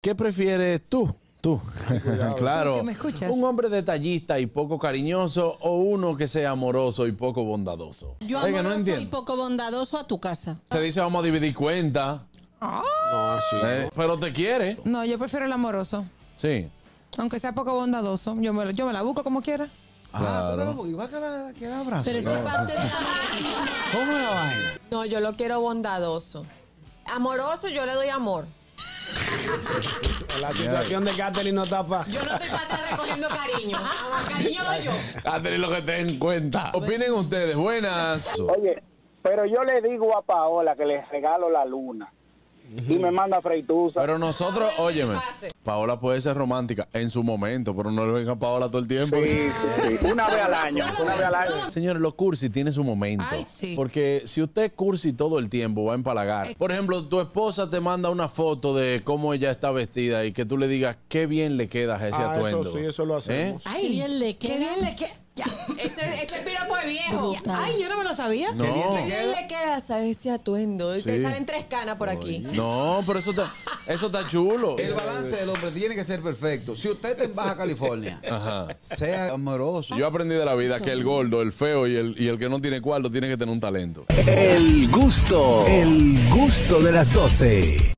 ¿Qué prefieres tú? Tú, cuidado. claro. Tú que me escuchas. Un hombre detallista y poco cariñoso o uno que sea amoroso y poco bondadoso. Yo Oiga, no amoroso y entiendo. poco bondadoso a tu casa. Te dice vamos a dividir cuenta, No, ah, así. ¿eh? pero te quiere. No, yo prefiero el amoroso. Sí. Aunque sea poco bondadoso. Yo me, yo me la busco como quiera. Ah, Claro. Igual que la que da Ah, abrazo. Pero es que parte de la... ¿Cómo es la vaina? No, yo lo quiero bondadoso. Amoroso, yo le doy amor. La situación de Katherine no tapa. Yo no estoy para estar recogiendo cariño. Cariño doy yo. A tener Ah, lo que ten en cuenta. Opinen ustedes, buenas. Oye, pero yo le digo a Paola que le regalo la luna y me manda freituza. Pero nosotros, óyeme, Paola puede ser romántica en su momento, pero no le venga a Paola todo el tiempo. Sí, sí, sí. Una vez al año, una vez al año. Señores, los cursi tiene su momento. Ay, sí. Porque si usted es cursi todo el tiempo, va a empalagar. Por ejemplo, tu esposa te manda una foto de cómo ella está vestida y que tú le digas qué bien le quedas a ese Ah, eso atuendo. sí, eso lo hacemos. ¿Eh? Qué bien le Qué bien le queda. Ya, Ese, ese piropo es viejo. Ay, yo no me lo sabía. No. Qué bien le quedas a ese atuendo. Y Sí. Te salen tres canas por aquí. No, pero eso está, eso está chulo. El balance del hombre tiene que ser perfecto. Si usted está en Baja California, Ajá. sea amoroso. Yo aprendí de la vida que el gordo, el feo y el, y el que no tiene cuarto tiene que tener un talento. El gusto, el gusto de las doce.